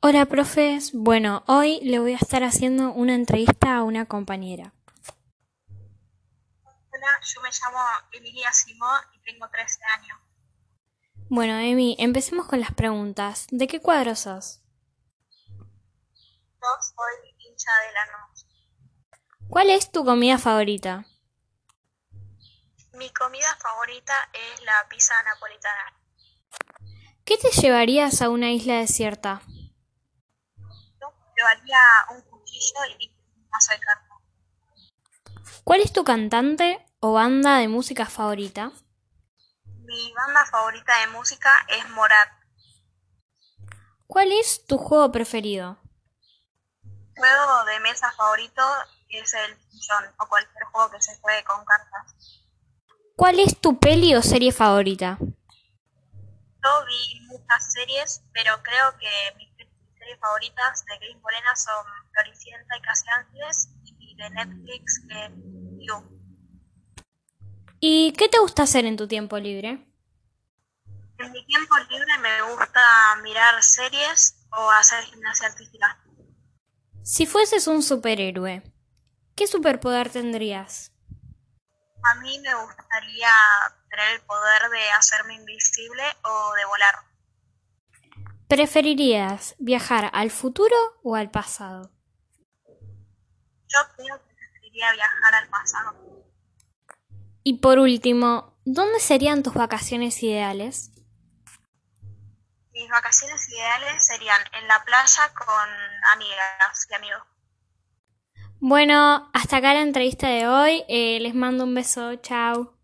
Hola, profes. Bueno, hoy le voy a estar haciendo una entrevista a una compañera. Hola, yo me llamo Emilia Simó y tengo 13 años. Bueno, Emi, empecemos con las preguntas. ¿De qué cuadro sos? Yo soy hincha de la noche. ¿Cuál es tu comida favorita? Mi comida favorita es la pizza napolitana. ¿Qué te llevarías a una isla desierta? Yo llevaría un cuchillo y un mazo de carne. ¿Cuál es tu cantante o banda de música favorita? Mi banda favorita de música es Morat. ¿Cuál es tu juego preferido? Juego de mesa favorito es el pillón o cualquier juego que se juegue con cartas. ¿Cuál es tu peli o serie favorita? Yo vi muchas series, pero creo que mis mis series favoritas de Gris Morena son Floricienta y Casi Ángeles y de Netflix eh, You. ¿Y qué te gusta hacer en tu tiempo libre? En mi tiempo libre me gusta mirar series o hacer gimnasia artística. Si fueses un superhéroe, ¿qué superpoder tendrías? A mí me gustaría tener el poder de hacerme invisible o de volar. ¿Preferirías viajar al futuro o al pasado? Yo creo que preferiría viajar al pasado. Y por último, ¿dónde serían tus vacaciones ideales? Mis vacaciones ideales serían en la playa con amigas y amigos. Bueno, hasta acá la entrevista de hoy. Eh, les mando un beso. Chao.